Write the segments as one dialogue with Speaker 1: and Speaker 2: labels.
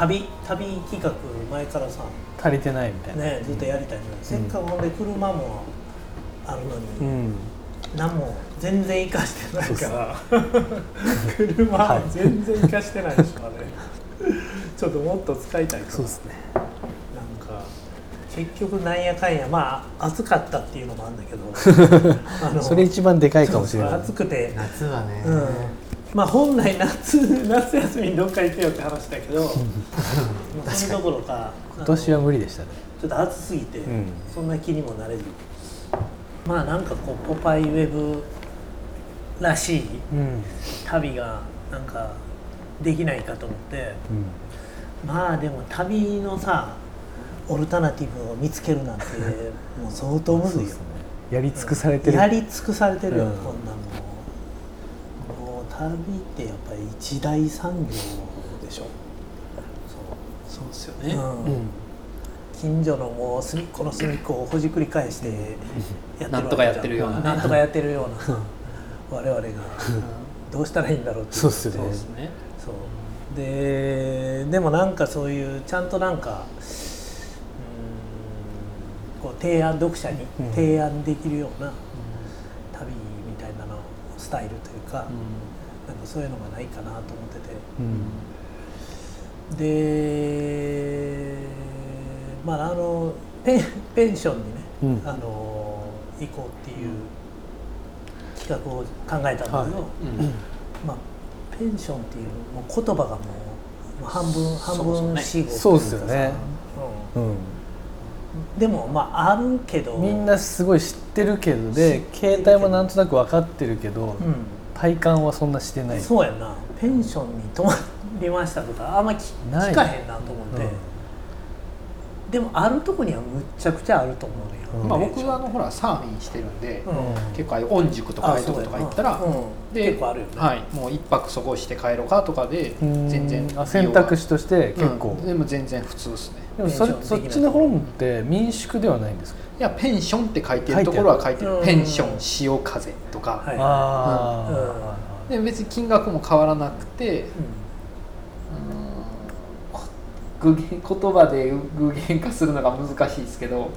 Speaker 1: 旅旅企画前からさ
Speaker 2: 足りてないみたいな、
Speaker 1: ねずっとやりたいじゃない、せっかくほんで車もあるのに、
Speaker 2: うん
Speaker 1: 何も全然生かしてないから 車
Speaker 2: は
Speaker 1: も
Speaker 2: い
Speaker 1: 全然生かしてないでしょあれ ちょっともっと使いたいから
Speaker 2: そうですね
Speaker 1: なんか結局なんやかんやまあ暑かったっていうのもあるんだけ どあの
Speaker 2: それ一番でかいかもしれ
Speaker 1: そう
Speaker 2: な
Speaker 1: そう
Speaker 2: い
Speaker 1: 暑くて
Speaker 3: 夏はね、
Speaker 1: うんまあ本来夏 夏休みにどっか行けよって話だけ どもうそれどころか
Speaker 2: 今年は
Speaker 1: あの
Speaker 2: 無理でしたね
Speaker 1: ちょっと暑すぎて、
Speaker 2: うん
Speaker 1: そんな気にもなれずまあなんかこう「ポパイウェブ」らしい
Speaker 2: うん、
Speaker 1: 旅がなんかできないかと思ってまあでも旅のさオルタナティブを見つけるなん てもう相当むずいよ、
Speaker 2: やり尽くされてる
Speaker 1: やり尽くされてるよ、
Speaker 2: うん
Speaker 1: こんなのもう旅ってやっぱり一大産業でしょ
Speaker 3: そうですよ
Speaker 1: う
Speaker 3: ね、
Speaker 1: ん
Speaker 2: うん
Speaker 1: 近所のもう隅っこの隅っこをほじくり返してや
Speaker 3: なんとかやってるようなね
Speaker 1: なんとかやってるよう な我々がどうしたらいいんだろうってい
Speaker 2: そうっすよ
Speaker 3: そうですね
Speaker 1: そうででもなんかそういうちゃんとなんかうーんこう提案読者に
Speaker 2: うん
Speaker 1: 提案できるような、旅みたいなのスタイルというか,、なんかそういうのがないかなと思ってて。
Speaker 2: うん
Speaker 1: でまああのペンペンションにね、
Speaker 2: うん
Speaker 1: あの行こうっていう企画を考えたんだけど、
Speaker 2: はい
Speaker 3: うん
Speaker 1: まあ、ペンションっていうもう言葉がもうもう半分半
Speaker 3: そうそう
Speaker 1: 分
Speaker 3: ね
Speaker 1: 死語
Speaker 2: そうっすよねうん
Speaker 1: うんでもまああるけど
Speaker 2: みんなすごい知ってるけどで携帯もなんとなく分かってるけど、
Speaker 1: う、
Speaker 2: 体感はそんなしてなんい
Speaker 1: そうやなペンションに泊まりましたとかあんま聞
Speaker 2: ない
Speaker 1: 聞かへんなと思って、でもあるとこにはむっちゃくちゃあると思うのよ、
Speaker 2: うん
Speaker 3: まあ僕はあのほらサーフィンしてるんで、
Speaker 1: うん、
Speaker 3: 結構ああいう御宿とかああいうとことか行ったら、
Speaker 1: で
Speaker 3: で
Speaker 1: 結構あるよね、
Speaker 3: はい、もう一泊そこして帰ろうかとかで
Speaker 2: うん
Speaker 3: 全然
Speaker 2: あ選択
Speaker 3: 肢
Speaker 2: 肢として結構、
Speaker 3: でも全然普通ですね
Speaker 2: でもそれ
Speaker 1: ペンショ
Speaker 2: そ
Speaker 1: ン
Speaker 2: っ
Speaker 1: 的な
Speaker 2: ちの本って民宿ではないんですか、
Speaker 3: いやペンションって書いてるところは書いてる
Speaker 1: 書いてあ
Speaker 3: ペ
Speaker 1: る
Speaker 3: ンション潮風とか、
Speaker 1: はい
Speaker 2: ああ、
Speaker 3: で別に金額も変わらなくて具現言葉で具現化するのが難しいですけど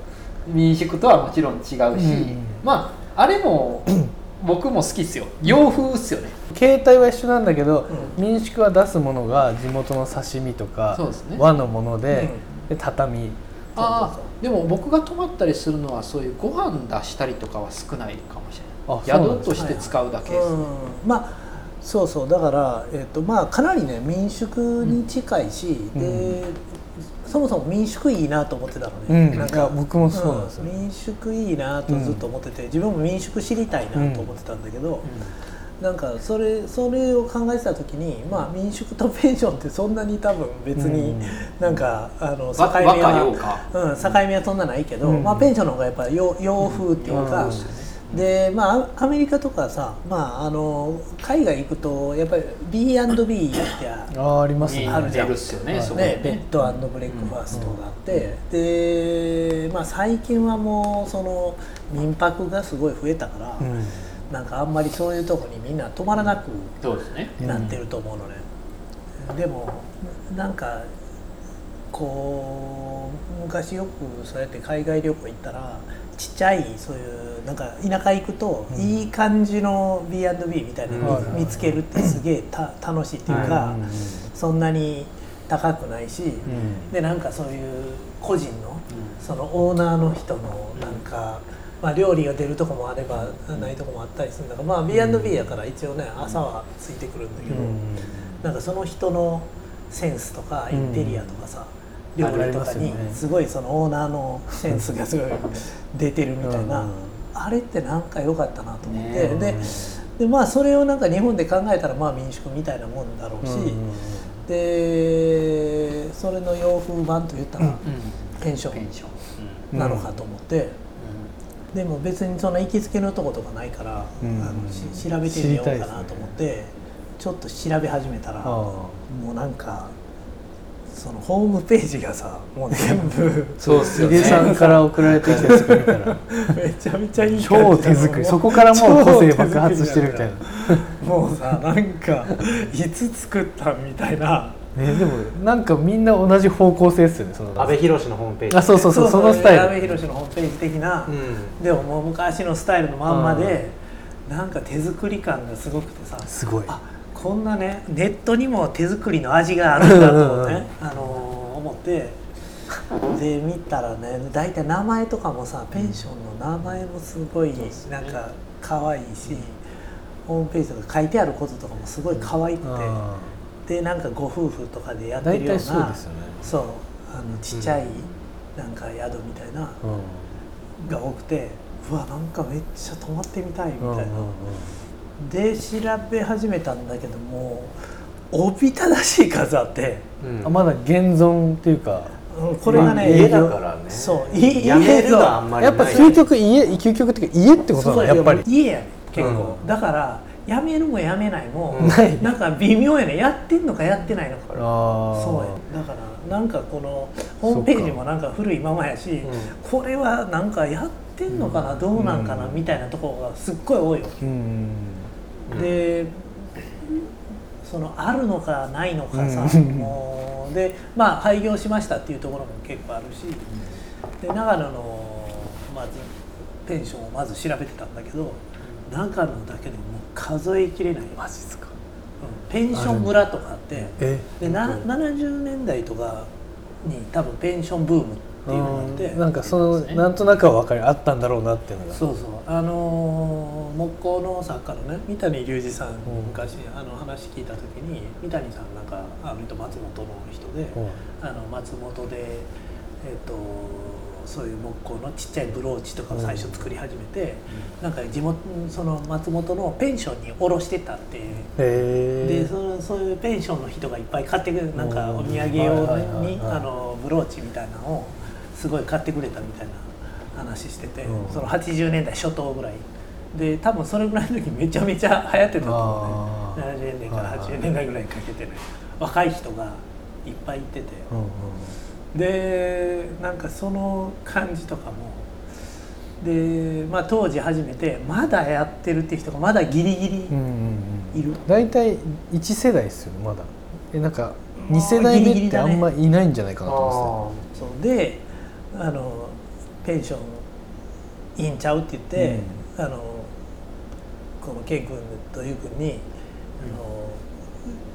Speaker 3: 民宿とはもちろん違うし、
Speaker 2: うん
Speaker 3: まああれも僕も好きですよ洋風っすよね、
Speaker 2: 携帯は一緒なんだけど、
Speaker 1: う
Speaker 2: 民宿は出すものが地元の刺身とか、
Speaker 3: そうですね
Speaker 2: 和のもの
Speaker 1: うん
Speaker 2: で,、で畳
Speaker 3: ああでも僕が泊まったりするのはそういうご飯出したりとかは少ないかもし
Speaker 2: あ
Speaker 3: れない
Speaker 2: そうなんで
Speaker 3: 宿
Speaker 2: す
Speaker 3: と
Speaker 2: か
Speaker 3: して使うだけです、
Speaker 1: うんまあそうそうだから、えっとまあ、かなりね民宿に近いし、
Speaker 2: うん
Speaker 1: でそもそも民宿いいなと思ってたの
Speaker 2: う
Speaker 1: ね、な
Speaker 2: ん
Speaker 1: ん
Speaker 2: いや
Speaker 1: か
Speaker 2: 僕もそうなんですよ
Speaker 1: うん民宿いいなとずっと思ってて、自分も民宿知りたいなと思ってたんだけど、なんかそれそれを考えてた時に、まあ、民宿とペンションってそんなに多分別に、
Speaker 2: うん
Speaker 1: なんかあの境
Speaker 3: わ
Speaker 1: 目
Speaker 3: 和歌
Speaker 1: は
Speaker 3: 洋か
Speaker 1: うん、境目はそんなないけど、
Speaker 2: うん
Speaker 1: まあ、ペンションの方がやっぱり洋洋風っていうか、
Speaker 2: うん
Speaker 1: でまあ、アメリカとかさ、まあ、あの海外行くとやっぱり B&B ってあ
Speaker 2: ああありますね
Speaker 3: に
Speaker 1: あるじゃん
Speaker 3: 出るっすよね、
Speaker 2: はい
Speaker 3: そこに
Speaker 1: ね、ベッドブレックファーストがあって、で、まあ、最近はもうその民泊がすごい増えたから、
Speaker 2: うん
Speaker 1: なんかあんまりそういうとこにみんな泊まらなく
Speaker 3: そうですね
Speaker 1: なってると思うのね、でもなんかこう昔よくそうやって海外旅行行ったらちっちゃいそういうなんか田舎行くと
Speaker 2: うん
Speaker 1: いい感じの B&B みたいなの
Speaker 2: うん
Speaker 1: 見見つけるってすげえた楽しいっていうか
Speaker 2: うん
Speaker 1: そんなに高くないし
Speaker 2: うん
Speaker 1: でなんかそういう個人のそのオーナーの人のなんか、まあ、料理が出るとこもあればないとこもあったりするんだから、まあ、B&B やから一応ね朝はついてくるんだけど、
Speaker 2: うん
Speaker 1: なんかその人のセンスとかインテリアとかさ、料理とかに
Speaker 2: ありますよね
Speaker 1: すごいそのオーナーのセンスがすごい出てるみたいな、
Speaker 2: うん
Speaker 1: あれってなんか良かったなと思って、
Speaker 3: ね
Speaker 1: ででまあそれをなんか日本で考えたらまあ民宿みたいなもんだろうし、
Speaker 2: うん
Speaker 1: でそれの洋風版といったら、ペンション
Speaker 3: ペンション、
Speaker 1: なのかと思って、でも別にそんな行きつけのとことかないから、
Speaker 2: うん
Speaker 1: あのし調べてみようかなと思っ
Speaker 2: 知
Speaker 1: て、ちょっと調べ始めたら、
Speaker 2: あ
Speaker 1: もうなんかそのホームページがさもう全部
Speaker 3: そうっ
Speaker 2: あヒデさんから送られてきたやつが見たら
Speaker 1: めちゃめちゃいい感じなの
Speaker 2: 超手 作りそこからもう個性爆発してるみたいな
Speaker 1: もうさなんかいつ作ったんみたいな
Speaker 2: ねでもなんかみんな同じ方向性ですよねその
Speaker 4: 阿部寛のホームページ
Speaker 2: あそうそうそうそのスタ
Speaker 1: 矢部
Speaker 2: イル
Speaker 1: 寛のホームページ的な、
Speaker 4: うん
Speaker 1: でももう昔のスタイルのまんまで、なんか手作り感がすごくてさ
Speaker 2: すごい
Speaker 1: あこんなねネットにも手作りの味があるんだと
Speaker 2: うんうん
Speaker 1: ね、あのー思ってで見たらね大体名前とかもさペンションの名前もすごいなんか可愛いし、ホームページとか書いてあることとかもすごい可愛くて、
Speaker 2: あ
Speaker 1: でなんかご夫婦とかでや
Speaker 2: あ
Speaker 1: って
Speaker 2: 大
Speaker 1: るよう
Speaker 2: 体
Speaker 1: な
Speaker 2: そうですよね
Speaker 1: そうあのちっちゃいなんか宿みたいな、
Speaker 2: うん
Speaker 1: が多くてうわなんかめっちゃ泊まってみたいみたいな、
Speaker 2: うんうんうん
Speaker 1: で調べ始めたんだけどもおびただしい数あって、
Speaker 4: うん
Speaker 2: あまだ現存っていうか
Speaker 1: うんこれがね
Speaker 4: 家だからね
Speaker 1: そういい
Speaker 4: やめるのはあんまり
Speaker 2: や
Speaker 4: な
Speaker 2: っ
Speaker 4: い
Speaker 2: ぱ究極家究極っていうか家ってことなの
Speaker 1: そう
Speaker 2: やっぱり
Speaker 1: 家やね結構、
Speaker 4: うん
Speaker 1: だからやめるもやめないも、
Speaker 4: うんない
Speaker 1: なんか微妙やねやってんのかやってないのか
Speaker 2: ああ
Speaker 1: そうやねだからなんかこのホームページもなんか古いままやし、これはなんかやってんのかな、どうなんかな、みたいなところがすっごい多いわけ
Speaker 2: うん
Speaker 1: でそのあるのかないのかさ、
Speaker 2: うん
Speaker 1: もうでまあ廃業しましたっていうところも結構あるし、で長野のまずペンションをまず調べてたんだけど長野だけでもう数えきれないマジですか、うんペンション村とかあって
Speaker 2: え
Speaker 1: でな70年代とかに多分ペンションブームっていうのがあって、
Speaker 2: うんなんかそのなんとなくは分かるあったんだろうなっていうのが
Speaker 1: そうそうあのー木工の作家のね三谷隆二さんに昔、あの話聞いた時に三谷さんなんかあの人松本の人で、
Speaker 2: うん
Speaker 1: あの松本で、えっとそういう木工のちっちゃいブローチとかを最初作り始めて、なんか地元その松本のペンションに卸してたっていう
Speaker 2: へ
Speaker 1: で
Speaker 2: え
Speaker 1: そのそういうペンションの人がいっぱい買ってくれるなんか
Speaker 2: うん
Speaker 1: お土産用
Speaker 2: はいはいはい
Speaker 1: に
Speaker 2: はい
Speaker 1: あのブローチみたいなのをすごい買ってくれたみたいな話してて、
Speaker 2: うん
Speaker 1: その80年代初頭ぐらいで多分それぐらいの時めちゃめちゃ流行ってたと思うね
Speaker 2: あ
Speaker 1: 70年代か
Speaker 2: はい
Speaker 1: ら
Speaker 2: はい
Speaker 1: 80年代ぐらいにかけてね若い人がいっぱい行ってて、
Speaker 2: うんうん
Speaker 1: でなんかその感じとかもで、まあ、当時初めてまだやってるって人がまだギリギリ
Speaker 2: うんうんうん
Speaker 1: いる。
Speaker 2: 大体1世代ですよねまだえなんか2世代
Speaker 1: ギリギ
Speaker 2: 目っ
Speaker 1: リ
Speaker 2: てあ
Speaker 1: だね
Speaker 2: んまいないんじゃないかなと思
Speaker 4: あ
Speaker 1: そうであのペンションいいんちゃうって言って、あのこのケイ君とユウ君に、あの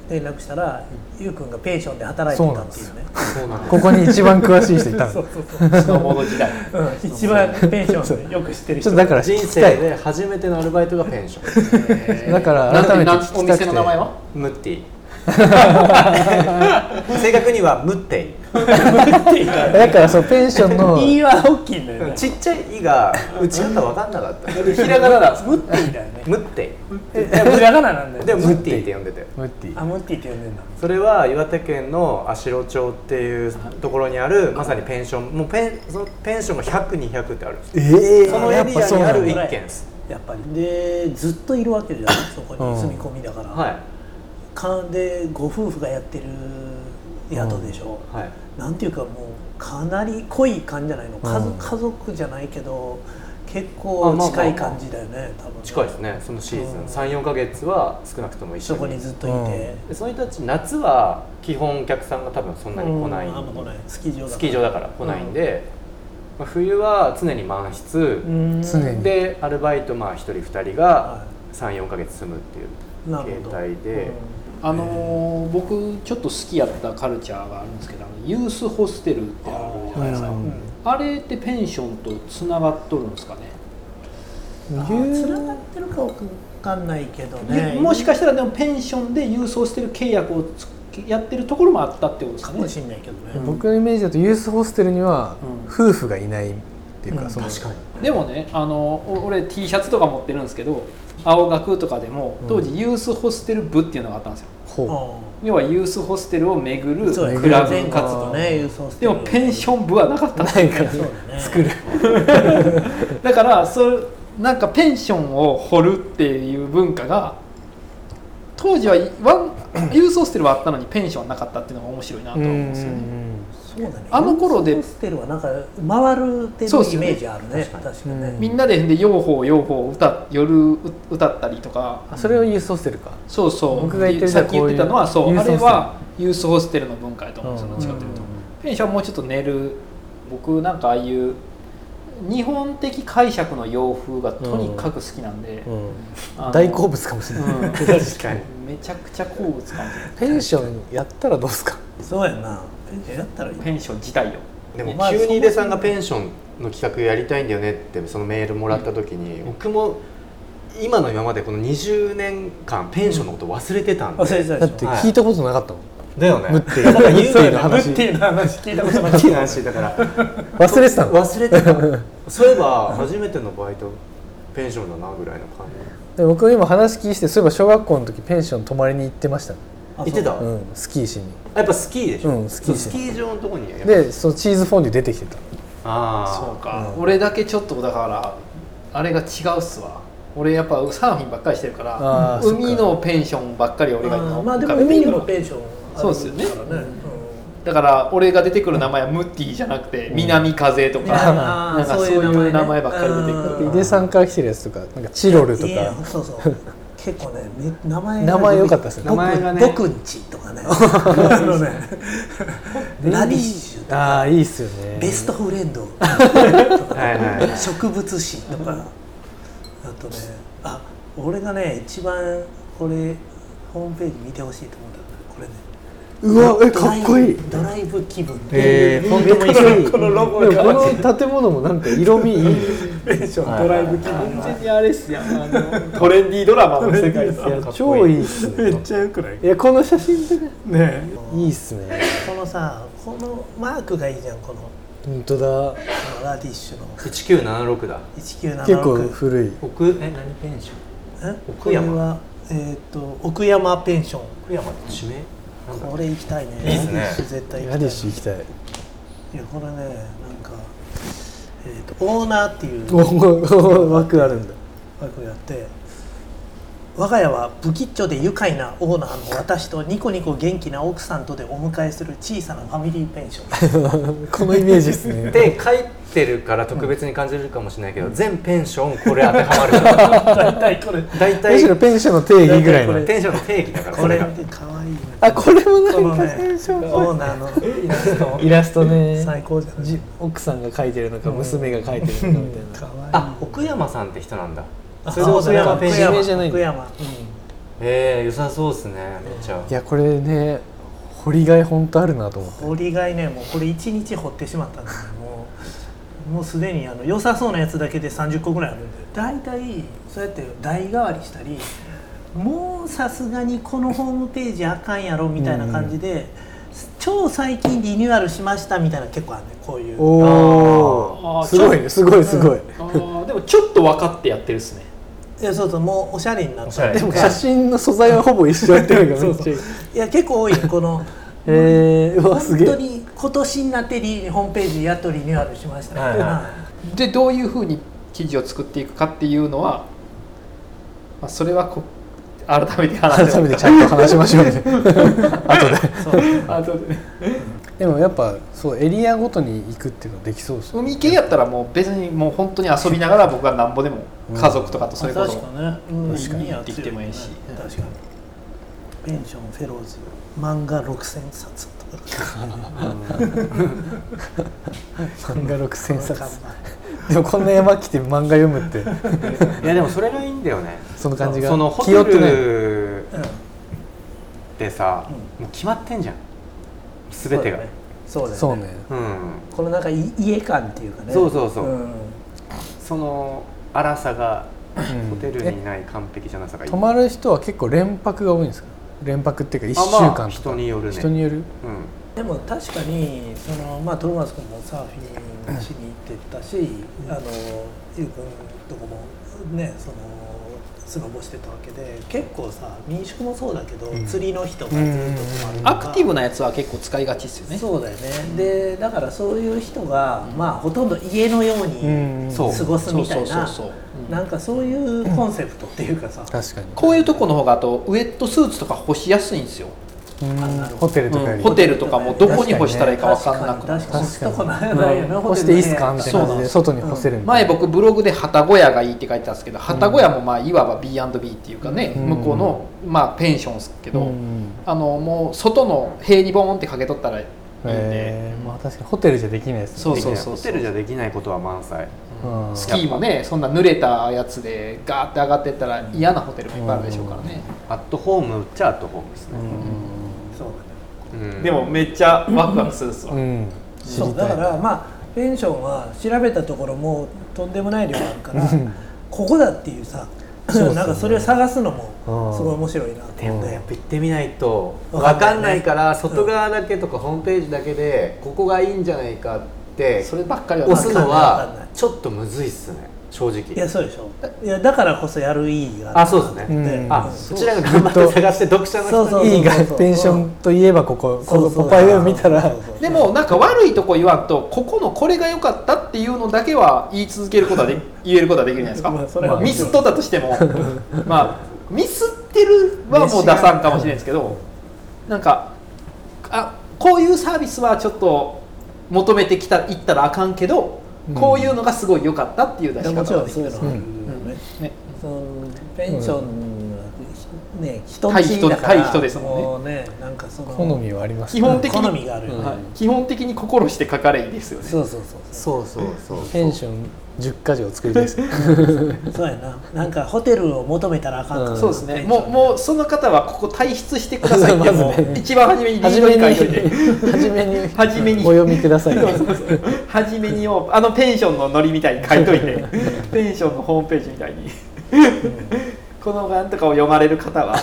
Speaker 1: 連絡したら、ユウ君がペンションで働いてたっていうね
Speaker 4: そうなん
Speaker 2: ってて
Speaker 4: です
Speaker 2: ここに一番詳しい人いた の
Speaker 1: そう
Speaker 2: ち
Speaker 1: そうそう
Speaker 3: スノーボード時代
Speaker 1: うん一番ペンションでよく知ってる
Speaker 2: ょっと
Speaker 1: 人
Speaker 2: だから聞
Speaker 4: 人
Speaker 2: きた
Speaker 4: 生
Speaker 2: い
Speaker 4: で初めてのアルバイトがペンション
Speaker 2: だから改めて聞きたくて
Speaker 3: お店の名前は
Speaker 4: ムッ ティ正確にはムッテ
Speaker 2: だからそのペンションの
Speaker 1: 言いは大きいんだよ
Speaker 4: ィ
Speaker 1: ね
Speaker 4: ちっちゃい「い」が打ち方分かんなか った
Speaker 3: ひらがなだ
Speaker 1: ムッティだよね
Speaker 4: ムッテ
Speaker 1: ひらがななんだ
Speaker 4: ィ
Speaker 1: よ
Speaker 4: で
Speaker 1: ね
Speaker 4: もムッティって呼んでて
Speaker 2: ムッティ
Speaker 1: あムッティって呼んでんだ
Speaker 4: それは岩手県の足代町っていうところにあるまさにペンションもうペンそのペンションが100200ってあるんです
Speaker 2: ええ
Speaker 4: その
Speaker 1: や
Speaker 4: エリアにある
Speaker 1: っぱそうなんだ
Speaker 4: 一軒です
Speaker 1: やっぱりでずっといるわけじゃんそこに住み込みだから、
Speaker 4: はい
Speaker 1: かでご夫婦がやってる宿でしょ、
Speaker 4: はい
Speaker 1: なんていうかもうかなり濃い感じじゃないの家
Speaker 2: うん
Speaker 1: 族家族じゃないけど結
Speaker 4: あ
Speaker 1: 構
Speaker 4: まあまあ
Speaker 1: 近い感じだよね多分ね
Speaker 4: 近いですねそのシーズ
Speaker 1: う
Speaker 4: ン
Speaker 1: ん
Speaker 4: 34か月は少なくとも一緒
Speaker 1: そ
Speaker 4: に
Speaker 1: こにずっといて、
Speaker 4: でその人たち夏は基本お客さんが多分そんなに来ない、
Speaker 1: うんあんま来ないスキー場だから
Speaker 4: スキー場だから来ないんで、まあ冬は常に満室
Speaker 1: う、ん
Speaker 2: 常に
Speaker 4: でアルバイトまあ1人2人
Speaker 1: は
Speaker 4: が34か月住むっていう
Speaker 1: いなるほど
Speaker 4: 携帯で
Speaker 3: あのー僕ちょっと好きやったカルチャーがあるんですけどあのユースホステルってあるじゃないですか
Speaker 2: あー
Speaker 1: うん
Speaker 3: あれってペンションとつながっとるんですかね
Speaker 1: あーつながってるかわかんないけどね
Speaker 3: ゆもしかしたらでもペンションで郵送してる契約をつやってるところもあったってことです
Speaker 1: か
Speaker 3: か
Speaker 1: も
Speaker 3: ね
Speaker 1: しんないけどね、
Speaker 3: うん
Speaker 2: 僕のイメージだとユースホステルには
Speaker 3: うん
Speaker 2: 夫婦がいないっていうか、
Speaker 1: うん
Speaker 2: その
Speaker 1: 確
Speaker 2: かに
Speaker 3: でもねあのお俺 T シャツとか持ってるんですけど青学とかでも当時ユースホステル部っていうのがあったんですよ
Speaker 2: ほ
Speaker 3: 要はユースホステルを巡る
Speaker 1: そうや
Speaker 3: クラブ
Speaker 1: 全
Speaker 3: 活
Speaker 1: 国
Speaker 3: 動
Speaker 1: のね郵送して
Speaker 3: で
Speaker 1: る
Speaker 3: もペンション部はなかったんです
Speaker 2: ないか ら
Speaker 1: そうだね
Speaker 2: 作る
Speaker 3: だからそれなんかペンションを掘るっていう文化が当時はワンユースホステルはあったのにペンションはなかったっていうのが面白いなと
Speaker 2: う
Speaker 3: 思うん
Speaker 2: ん
Speaker 3: ですよね。
Speaker 1: そうだね
Speaker 3: あの頃で
Speaker 1: 郵送ホステルはなんか回るって
Speaker 3: そうっす
Speaker 1: るイ
Speaker 3: よね
Speaker 1: メージあるね確かにね、
Speaker 2: うん
Speaker 3: みんなでで「用法用法」歌っ夜う歌ったりとか
Speaker 2: あそれをユースホステルか
Speaker 3: そうそう
Speaker 2: 僕が言ってる
Speaker 3: さっき言ってたのは
Speaker 2: こう
Speaker 3: そ
Speaker 2: いうう
Speaker 3: あれはユースホステルの文化やと思うんですよどっちかというと、ペンションはもうちょっと寝る僕なんかああいう日本的解釈の洋風がとにかく好きなんで、
Speaker 2: うんうん
Speaker 3: あの
Speaker 2: 大好物かもしれない、
Speaker 3: うん
Speaker 4: 確かに
Speaker 3: めちゃくちゃ好物感じ
Speaker 2: ペンションやったらどうですか
Speaker 1: そうやんなペンションやったらいい
Speaker 3: るペンション自体を
Speaker 4: で
Speaker 2: ま
Speaker 4: も
Speaker 2: あ
Speaker 4: 急に井出さんがペンションの企画やりたいんだよねってそのメールもらった時に、僕も今の今までこの20年間ペンションのこと忘れてたんで、
Speaker 1: 忘れてた
Speaker 2: だ
Speaker 1: で
Speaker 2: っ
Speaker 1: してょ
Speaker 2: 聞いたことなかったもん、
Speaker 4: だよね
Speaker 2: ム
Speaker 4: ム
Speaker 2: ッ
Speaker 4: ッ
Speaker 2: テ
Speaker 4: テ
Speaker 2: ィ
Speaker 4: ィだから言う
Speaker 2: ムッティ
Speaker 4: よ
Speaker 2: の
Speaker 4: ね
Speaker 2: 話
Speaker 1: ムッティの話聞いたこと
Speaker 4: ム
Speaker 1: な
Speaker 4: ッ
Speaker 1: かっ
Speaker 4: ティの話だから
Speaker 2: 忘れてたの
Speaker 4: 忘れてたそういえば初めてのバイトペンションだなぐらいの感
Speaker 2: で僕今話聞いてそういえば小学校の時ペンション泊まりに行ってました、ね
Speaker 1: た
Speaker 4: じ言ってた、
Speaker 2: うん、スキーしに
Speaker 4: やっぱスキーでしょ、
Speaker 2: うんスキー
Speaker 4: そうスキー場のとこにやっぱ
Speaker 2: でそのチーズフォンデュ出てきてた
Speaker 4: あ
Speaker 3: そう
Speaker 4: あ
Speaker 3: か、
Speaker 2: うん
Speaker 3: 俺だけちょっとだからあれが違うっすわ俺やっぱサーフィンばっかりしてるか
Speaker 2: あ
Speaker 3: ら
Speaker 2: ー
Speaker 3: 海のペンションばっかり俺が今
Speaker 1: あーまあでも
Speaker 3: 浮かべ
Speaker 1: 海
Speaker 3: て
Speaker 1: に
Speaker 3: る
Speaker 1: もペンションあ
Speaker 3: そうですよね
Speaker 1: るからね
Speaker 3: だから俺が出てくる名前はムッティじゃなくて南風と
Speaker 1: うん
Speaker 3: か、
Speaker 1: あー
Speaker 3: なんかそういう名前ばっかり出てくる
Speaker 1: うん
Speaker 2: 井出さんから来てるやつとかなんかチロルと
Speaker 1: いや
Speaker 2: か
Speaker 1: そうそう結構ねめ名前
Speaker 2: 名前良かったですね
Speaker 1: 僕
Speaker 4: 名前がね
Speaker 1: 僕んちとかねあのねラディッシュとか
Speaker 2: ああいいっすよね
Speaker 1: ベストフレンド
Speaker 4: はいはいはい
Speaker 1: 植物誌とかあとねあ俺がね一番これホームページ見てほしいと思ったのこれね
Speaker 2: うわえかっこいい
Speaker 1: ドライブ気分
Speaker 2: えーフォントもいいし
Speaker 1: このロゴ
Speaker 2: で
Speaker 1: が
Speaker 2: もこの建物もなんか色味いい
Speaker 1: ペンションドライブ気分
Speaker 3: 全にあれっすやんあの トレンディードラマの世界っすやん
Speaker 2: いや超いいっすね
Speaker 1: めっちゃよくない
Speaker 2: いやこの写真とか
Speaker 1: ね
Speaker 2: いいっすね
Speaker 1: このさこのマークがいいじゃんこの
Speaker 2: 本当だ
Speaker 1: このラディッシュの
Speaker 4: 1976だ
Speaker 1: 1976
Speaker 2: 結構古い
Speaker 4: 奥え何ペンション
Speaker 1: えこ
Speaker 4: 奥
Speaker 1: れ
Speaker 4: 山
Speaker 1: はえーっと奥山ペンション
Speaker 4: 福山って地名なんだ
Speaker 1: これ行きたいね
Speaker 4: いいっすね
Speaker 1: ラディッシュ絶対行きた
Speaker 2: ラ
Speaker 1: い
Speaker 2: ディッシュ行きたい
Speaker 1: いやこれねなんか、えー、とオーナーっていう
Speaker 2: おお枠あるんだ
Speaker 1: 役をやって我が家は不吉祥で愉快なオーナーの私とニコニコ元気な奥さんとでお迎えする小さなファミリーペンション
Speaker 2: このイメージですね
Speaker 4: で書いてるから特別に感じるかもしれないけど、全ペンションこれ当てはま
Speaker 1: 大
Speaker 4: る
Speaker 1: 体これ
Speaker 4: 大
Speaker 2: むしろ
Speaker 4: 体
Speaker 2: ペンションの定義ぐらい
Speaker 1: こ
Speaker 2: の
Speaker 1: れ
Speaker 4: ペンションの定義だから
Speaker 1: こ
Speaker 4: これ
Speaker 1: れ
Speaker 4: が
Speaker 1: 見てかわいいね
Speaker 2: あこれも
Speaker 1: この
Speaker 2: なんか
Speaker 1: ね
Speaker 2: ペンションっぽい
Speaker 1: オーナーのイラスト
Speaker 2: イラストね
Speaker 1: 最高じゃない
Speaker 2: じ奥さんが描いてるのか娘が描いてるのかみたい
Speaker 1: か
Speaker 2: な
Speaker 1: わいい
Speaker 4: あ奥山さんって人なんだ
Speaker 1: あ
Speaker 4: それで奥山ペンション
Speaker 2: 地
Speaker 1: 奥
Speaker 2: 名じゃない
Speaker 1: 奥山
Speaker 4: ええー、良さそうですねめっちゃ
Speaker 2: いやこれね掘りがい本当あるなと思って
Speaker 1: 掘りがいねもうこれ一日掘ってしまったんでもうもうすでにあの良さそうなやつだけで30個ぐらいあるんで大体そうやって代替わりしたりもうさすがにこのホームページあかんやろみたいな感じで、超最近リニューアルしましたみたいな結構あるねこういう
Speaker 2: お
Speaker 3: あ
Speaker 2: お
Speaker 3: ー
Speaker 2: すごいねすごいすごい
Speaker 3: あーでもちょっと分かってやってるっすね
Speaker 1: いやそうそうもうおしゃれになった
Speaker 2: でも写真の素材はほぼ一緒やってるからめっちゃいい
Speaker 1: いや結構多いよこの
Speaker 2: えーうわす
Speaker 1: 本
Speaker 2: げ
Speaker 1: 当
Speaker 2: え
Speaker 1: に今年になってリホームページやっとリニューアルしましたみたいな、
Speaker 4: はいはい
Speaker 3: でどういうふうに記事を作っていくかっていうのは、まあ、それはこ改めて話して
Speaker 2: 改めてちゃんと話しましょう ね後で
Speaker 3: 後でね
Speaker 2: でもやっぱそうエリアごとに行くっていうのできそうですね
Speaker 3: 海系やったらもう別にもう本当に遊びながら僕はなんぼでも家族とかとそれこそ、
Speaker 1: 確かね、うん、
Speaker 2: 確かに
Speaker 1: いいやつよ
Speaker 3: できてもいいし
Speaker 1: うん確かにペンションフェローズ漫画6000冊とか
Speaker 2: 漫画6000冊
Speaker 1: 看
Speaker 2: でもこんな山来て漫画読むって
Speaker 4: いやでもそれがいいんだよね
Speaker 2: その感じが
Speaker 4: そのホテ
Speaker 2: 気負ってない
Speaker 4: ル
Speaker 1: 板
Speaker 4: でさ、もう決まってんじゃん全てがう,、
Speaker 1: そうだよね
Speaker 2: そうね
Speaker 4: ん
Speaker 1: このなんかい家感っていうかね
Speaker 4: そうそうそうんその荒さが
Speaker 2: うん
Speaker 4: ホテルにない完璧じゃなさがいい、
Speaker 2: 泊まる人は結構連泊が多いんですか連泊っていうか1週
Speaker 4: あま
Speaker 2: 間
Speaker 4: あ
Speaker 2: とか、
Speaker 4: 人によるね
Speaker 2: 人による
Speaker 4: うん
Speaker 1: でも確かにその、まあ、トロマス君もサーフィンしに行ってたし、あのゆう君とこもねそのスノボしてたわけで結構さ民宿もそうだけど、釣りの人がずっと泊まるとか
Speaker 3: アクティブなやつは結構使いがちっすよね
Speaker 1: そうだよね、でだからそういう人が、まあほとんど家のよう
Speaker 2: うん
Speaker 1: に過
Speaker 4: そう
Speaker 1: ごす
Speaker 3: そう
Speaker 1: みた
Speaker 3: そ
Speaker 1: いう
Speaker 3: そう
Speaker 1: な
Speaker 3: そう
Speaker 1: なんかそういうコンセプトっていうかさ、
Speaker 2: 確かに
Speaker 3: こういうとこの方があとウエットスーツとか干しやすいんですよ
Speaker 1: あなる
Speaker 2: うん
Speaker 1: ほど
Speaker 2: ホテルとかよ
Speaker 3: うん
Speaker 2: り、
Speaker 3: ホテルとかもどこに干したらいいか分かんなくなる
Speaker 1: 確かに干
Speaker 2: 確かに
Speaker 1: すとこないないよね
Speaker 2: うん
Speaker 1: ホ
Speaker 2: 干
Speaker 1: テ
Speaker 2: し
Speaker 1: ル
Speaker 2: て
Speaker 1: ね
Speaker 2: いいっすかみたいな感じで
Speaker 3: そう
Speaker 2: 外に干せるみたい
Speaker 3: 前
Speaker 2: な、
Speaker 3: 僕ブログで「旗小屋がいい」って書いてたんですけど旗小屋もまあいわば B&B っていうかね、
Speaker 2: うん
Speaker 3: 向こうの、まあ、ペンションですけど、
Speaker 2: うん
Speaker 3: あのもう外の塀にボーンってかけとったらいいんで、
Speaker 2: えーまあ確かにホテルじゃできないですね
Speaker 3: そうそうそう
Speaker 4: ホテルじゃできないことは満載
Speaker 2: うん
Speaker 3: スキーもねそんな濡れたやつでガーって上がってったら嫌なホテルもいっぱいあるでしょうからね、
Speaker 4: アットホームっちゃアットホームですね、
Speaker 1: そうだね
Speaker 4: うん
Speaker 3: でもめっちゃワクワクするっすわ、
Speaker 2: うん知
Speaker 1: そ
Speaker 2: り
Speaker 1: う
Speaker 2: た
Speaker 1: だ
Speaker 2: い
Speaker 1: からまあペンションは調べたところもうとんでもない量あるから
Speaker 2: うん
Speaker 1: ここだっていうさ
Speaker 2: そうっすよね
Speaker 1: なんかそれを探すの
Speaker 2: う
Speaker 1: も
Speaker 2: ん
Speaker 1: すごい面白いなって
Speaker 4: で
Speaker 1: 思っ
Speaker 4: も
Speaker 1: て
Speaker 4: やっぱ行ってみないと
Speaker 1: わ
Speaker 4: 分
Speaker 1: かんない
Speaker 4: かんないから外側だけとかホームページだけでここがいいんじゃないかって
Speaker 3: そればっかりは
Speaker 4: 押すの
Speaker 1: わかんない
Speaker 4: はちょっとむずいっすね正
Speaker 1: いや
Speaker 4: 直
Speaker 1: そうでしょいやだからこそやる意義が
Speaker 4: あそうですね
Speaker 1: ね
Speaker 2: うん
Speaker 4: あ
Speaker 1: うん
Speaker 4: そちらが頑張って探して読者の人
Speaker 1: そうそう
Speaker 4: に
Speaker 2: いいがペンションといえばこここ
Speaker 1: そう
Speaker 2: こ
Speaker 1: そう
Speaker 2: ポパイウェブ見たら
Speaker 1: そうそう
Speaker 3: でもなんか悪いとこ言わんとここのこれが良かったっていうのだけは言い続けることはで言えることはできるじゃないですか、
Speaker 1: まあそれは
Speaker 3: ミスっとったとしてもまあミスってるはもう出さんかもしれないですけどなんかあこういうサービスはちょっと求めてきた行ったらあかんけど、
Speaker 2: うん
Speaker 3: こういうのがすごい良かったっていう出
Speaker 1: い
Speaker 3: し
Speaker 1: やもち
Speaker 3: 方
Speaker 1: ろん
Speaker 3: ができ
Speaker 1: そうい
Speaker 3: る
Speaker 1: うのはあるよね
Speaker 3: ね
Speaker 1: そのペンションはね人
Speaker 3: 対
Speaker 1: 見知り
Speaker 3: 人
Speaker 1: だから
Speaker 3: 対人ですもんね
Speaker 1: もうねなんかその
Speaker 2: 好みはあります
Speaker 3: 基本的に
Speaker 1: 好みがあるよね
Speaker 3: はい基本的に心して書かれいいですよね
Speaker 1: そうそうそうそ
Speaker 4: そうそうそう
Speaker 2: ペンション10か条作りたいで すね
Speaker 1: うそうやななんかホテルを求めたらあかんから、
Speaker 2: うん
Speaker 3: そうですね。
Speaker 1: ペンショ
Speaker 3: も
Speaker 1: ン
Speaker 3: うもうその方はここ退出してくださいっても
Speaker 2: まず
Speaker 3: う
Speaker 2: ね
Speaker 3: 一番初めにリー
Speaker 2: 初
Speaker 3: ド
Speaker 2: め
Speaker 3: に
Speaker 2: に
Speaker 3: 書いといて、
Speaker 2: 初めに
Speaker 3: 初めに
Speaker 2: お読みくだ さい
Speaker 3: そうそうそう初めにをあのペンションのノリみたいに書いといて、ペンションのホームページみたいに。このなんとかを読まれる方は、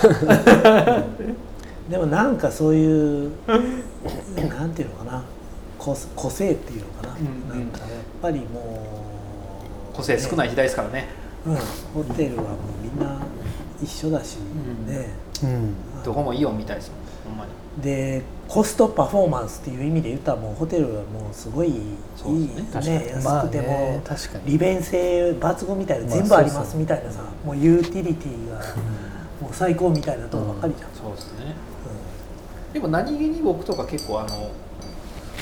Speaker 1: でもなんかそういうなんていうのかな個個性っていうのかな,、
Speaker 3: うんう
Speaker 1: な
Speaker 3: ん
Speaker 1: んかやっぱりもう
Speaker 3: 個性少ない時代ですからね。
Speaker 1: うん、ホテルはもうみんな一緒だし、
Speaker 3: ん
Speaker 1: ね
Speaker 2: うん
Speaker 3: どこもイオンみたいですもん。ほんまに。
Speaker 1: でコストパフォーマンスっていう意味で言ったらもうホテルはもうすごいいい
Speaker 3: そうですね
Speaker 1: ね安くて
Speaker 2: まあね
Speaker 1: も、
Speaker 2: 確かに
Speaker 1: 利便性抜群みたいな
Speaker 2: まあ
Speaker 1: 全部あり
Speaker 2: そ
Speaker 1: ま
Speaker 2: う
Speaker 1: す
Speaker 2: そう
Speaker 1: みたいなさ、もうユーティリティがもう最高みたいなとこばっかりじゃん、
Speaker 3: そうですね。でも何気に僕とか結構あの。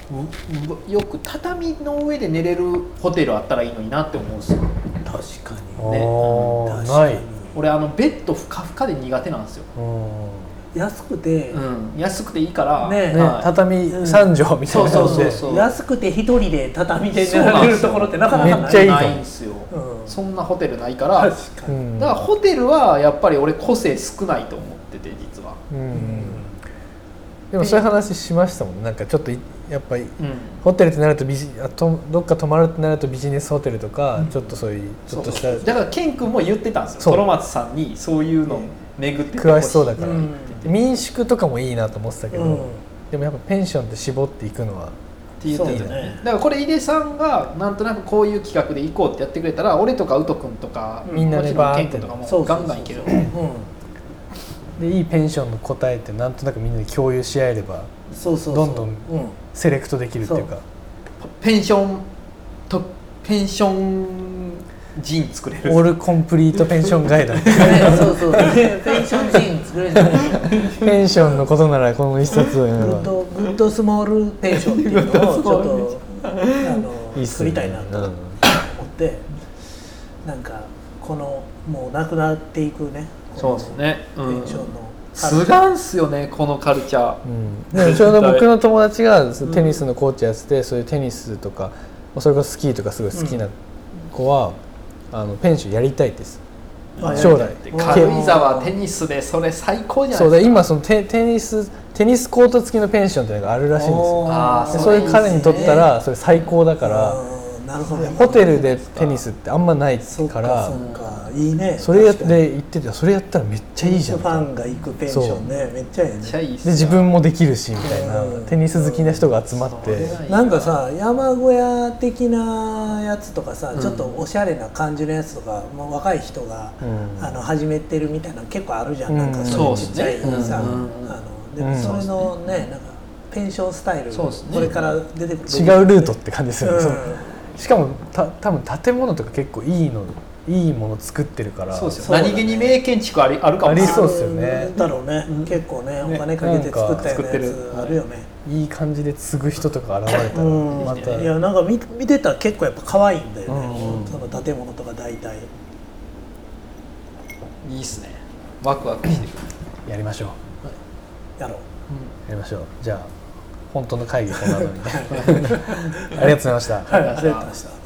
Speaker 3: ううよく畳の上で寝れるホテルあったらいいのになって思うんですよ
Speaker 1: うん確かに
Speaker 3: ね
Speaker 2: あ
Speaker 1: 確
Speaker 2: ー
Speaker 1: か
Speaker 2: な
Speaker 1: に
Speaker 2: い
Speaker 3: 俺あのベッドふかふかで苦手なんですよ
Speaker 2: うん
Speaker 1: 安くて、
Speaker 3: うん、安くていいから、
Speaker 1: ね
Speaker 2: ね
Speaker 3: はい
Speaker 2: 畳3畳みたいな
Speaker 3: そう
Speaker 2: 感
Speaker 3: そ
Speaker 2: じ
Speaker 3: うそう
Speaker 2: で
Speaker 3: そう
Speaker 1: 安くて一人で畳で寝
Speaker 3: そうな
Speaker 1: ら
Speaker 3: ん
Speaker 1: れ
Speaker 3: で
Speaker 1: る
Speaker 3: すよ
Speaker 1: ところってなかなか
Speaker 2: め
Speaker 1: な
Speaker 2: っ
Speaker 1: い
Speaker 2: ちゃいい
Speaker 3: ないんですよ、
Speaker 1: うん
Speaker 3: そんなホテルないからだか
Speaker 1: 確かに、
Speaker 2: うん
Speaker 3: らホテルはやっぱり俺個性少ないと思ってて実は、
Speaker 2: うんでもそういう話しましたもんねなんかちょっといやっぱり
Speaker 3: うん、
Speaker 2: ホテルってなるとビジあとどっか泊まるってなるとビジネスホテルとか、ちょっとそういうちょっとした
Speaker 3: そうだからケン君も言ってたんですよ
Speaker 2: そう
Speaker 3: トロマツさんにそういうの巡ってて
Speaker 2: 詳しそうだから、
Speaker 1: うん
Speaker 2: 民宿とかもいいなと思ってたけど、
Speaker 1: うん
Speaker 2: でもやっぱペンションって絞っていくのは
Speaker 3: って言ってたよ
Speaker 1: そうだね
Speaker 3: ねだからこれ井出さんがなんとなくこういう企画で行こうってやってくれたら俺とかウト君とか、
Speaker 1: うん
Speaker 2: みんなで
Speaker 3: もちろ
Speaker 2: バ
Speaker 3: ケ
Speaker 2: ー
Speaker 3: ン
Speaker 2: って
Speaker 3: 君とかも
Speaker 1: そうそうそう
Speaker 3: ガンガンいける
Speaker 1: う
Speaker 2: でいいペンションの答えってなんとなくみんなで共有し合えれば
Speaker 1: んそうそうそう
Speaker 2: どんどん
Speaker 1: うん
Speaker 2: セレクトできるっていうか
Speaker 3: ペンションとペンション人作れる
Speaker 2: オールコンプリートペンションガイド
Speaker 1: ねそうそう。ペンションシーン作れるんじゃない
Speaker 2: ペンションのことならこの一冊を読
Speaker 1: グ
Speaker 2: め
Speaker 1: ッ
Speaker 2: ば
Speaker 1: ドグッドスモールペンションっていうのをちょっとあの
Speaker 2: いいっす
Speaker 1: 作
Speaker 2: よ
Speaker 1: り
Speaker 2: ね
Speaker 1: たいなと
Speaker 2: う
Speaker 1: 思
Speaker 2: ん
Speaker 1: って、なんかこのもうなくなっていくね。
Speaker 3: そうですね、
Speaker 1: こ
Speaker 3: う
Speaker 1: の
Speaker 3: ん
Speaker 1: ペンションの。
Speaker 3: すがんすよねこのカルチャー
Speaker 2: うんでもちょうど僕の友達がテニスのコーチやってて、そういうテニスとかそれこそスキーとかすごい好きな子は、あのペンションやりたいです
Speaker 1: あ
Speaker 2: 将来
Speaker 1: やりたい
Speaker 3: 軽井沢テニスでそれ最高じゃな
Speaker 2: そ
Speaker 3: いう
Speaker 2: だ
Speaker 3: ですか
Speaker 2: 今そのテテニステニスコート付きのペンションっていうのがあるらしいんですよ
Speaker 3: あー
Speaker 2: で
Speaker 3: ー
Speaker 2: そういう彼にとったらそれ最高だ
Speaker 1: だ
Speaker 2: から
Speaker 1: なるほど。
Speaker 2: ホテルでテニスってあんまない
Speaker 1: そっ
Speaker 2: か
Speaker 1: からそっかいいね。
Speaker 2: それやっ
Speaker 1: 確かに
Speaker 2: て行ってたそれやったらめっちゃいいじゃん
Speaker 1: フ
Speaker 2: みたい
Speaker 1: ァ
Speaker 2: な
Speaker 1: ンが行くペンションねめっちゃいいね
Speaker 3: めっ。ちゃいいっす
Speaker 2: で
Speaker 3: よ
Speaker 2: 自分もできるしみたいな
Speaker 1: うん
Speaker 2: テニス好きな人が集まっ
Speaker 3: それ
Speaker 2: て
Speaker 3: がいい
Speaker 1: なんかさ山小屋的なやつとかさ、
Speaker 3: うん
Speaker 1: ちょっとおしゃれな感じのやつとか、まあ、若い人が、
Speaker 2: うん
Speaker 1: あの始めてるみたいなの結構あるじゃん、
Speaker 2: うん
Speaker 1: なんかそういうち
Speaker 3: そう
Speaker 1: っち
Speaker 3: っす
Speaker 1: ゃ
Speaker 3: ね
Speaker 1: いさ、
Speaker 3: うん
Speaker 1: あので
Speaker 2: う
Speaker 1: も
Speaker 2: ん
Speaker 1: それのねなんかペンションスタイル、
Speaker 3: そうっすね
Speaker 1: これから出てくる
Speaker 2: 違うルートって感じですよね、
Speaker 1: うん
Speaker 2: そのしかもた多分建物とか結構いいのいいもの作ってるから
Speaker 3: そうです
Speaker 1: そ
Speaker 3: よ
Speaker 1: うだね
Speaker 3: 何気に名建築ありあるかも
Speaker 2: あ
Speaker 3: し
Speaker 2: り
Speaker 3: れ
Speaker 2: そう
Speaker 3: な
Speaker 2: っすよね
Speaker 1: だろうね、結構ねお
Speaker 3: ね
Speaker 1: 金かけて作ったようなや
Speaker 3: なんか作っ
Speaker 1: つ
Speaker 3: てる
Speaker 1: あるよね
Speaker 2: いい感じで継ぐ人とか現れたら
Speaker 1: うん
Speaker 2: また
Speaker 1: いやなんか見見てたら結構やっぱ可愛いんだよね、
Speaker 2: うん
Speaker 1: その建物とか大体
Speaker 3: いいいっすねワクワクしてくる
Speaker 2: やりましょう
Speaker 1: やろう
Speaker 2: やりまし ょうじゃあ本当の会議この後にありがとうございました
Speaker 1: はい、忘れてました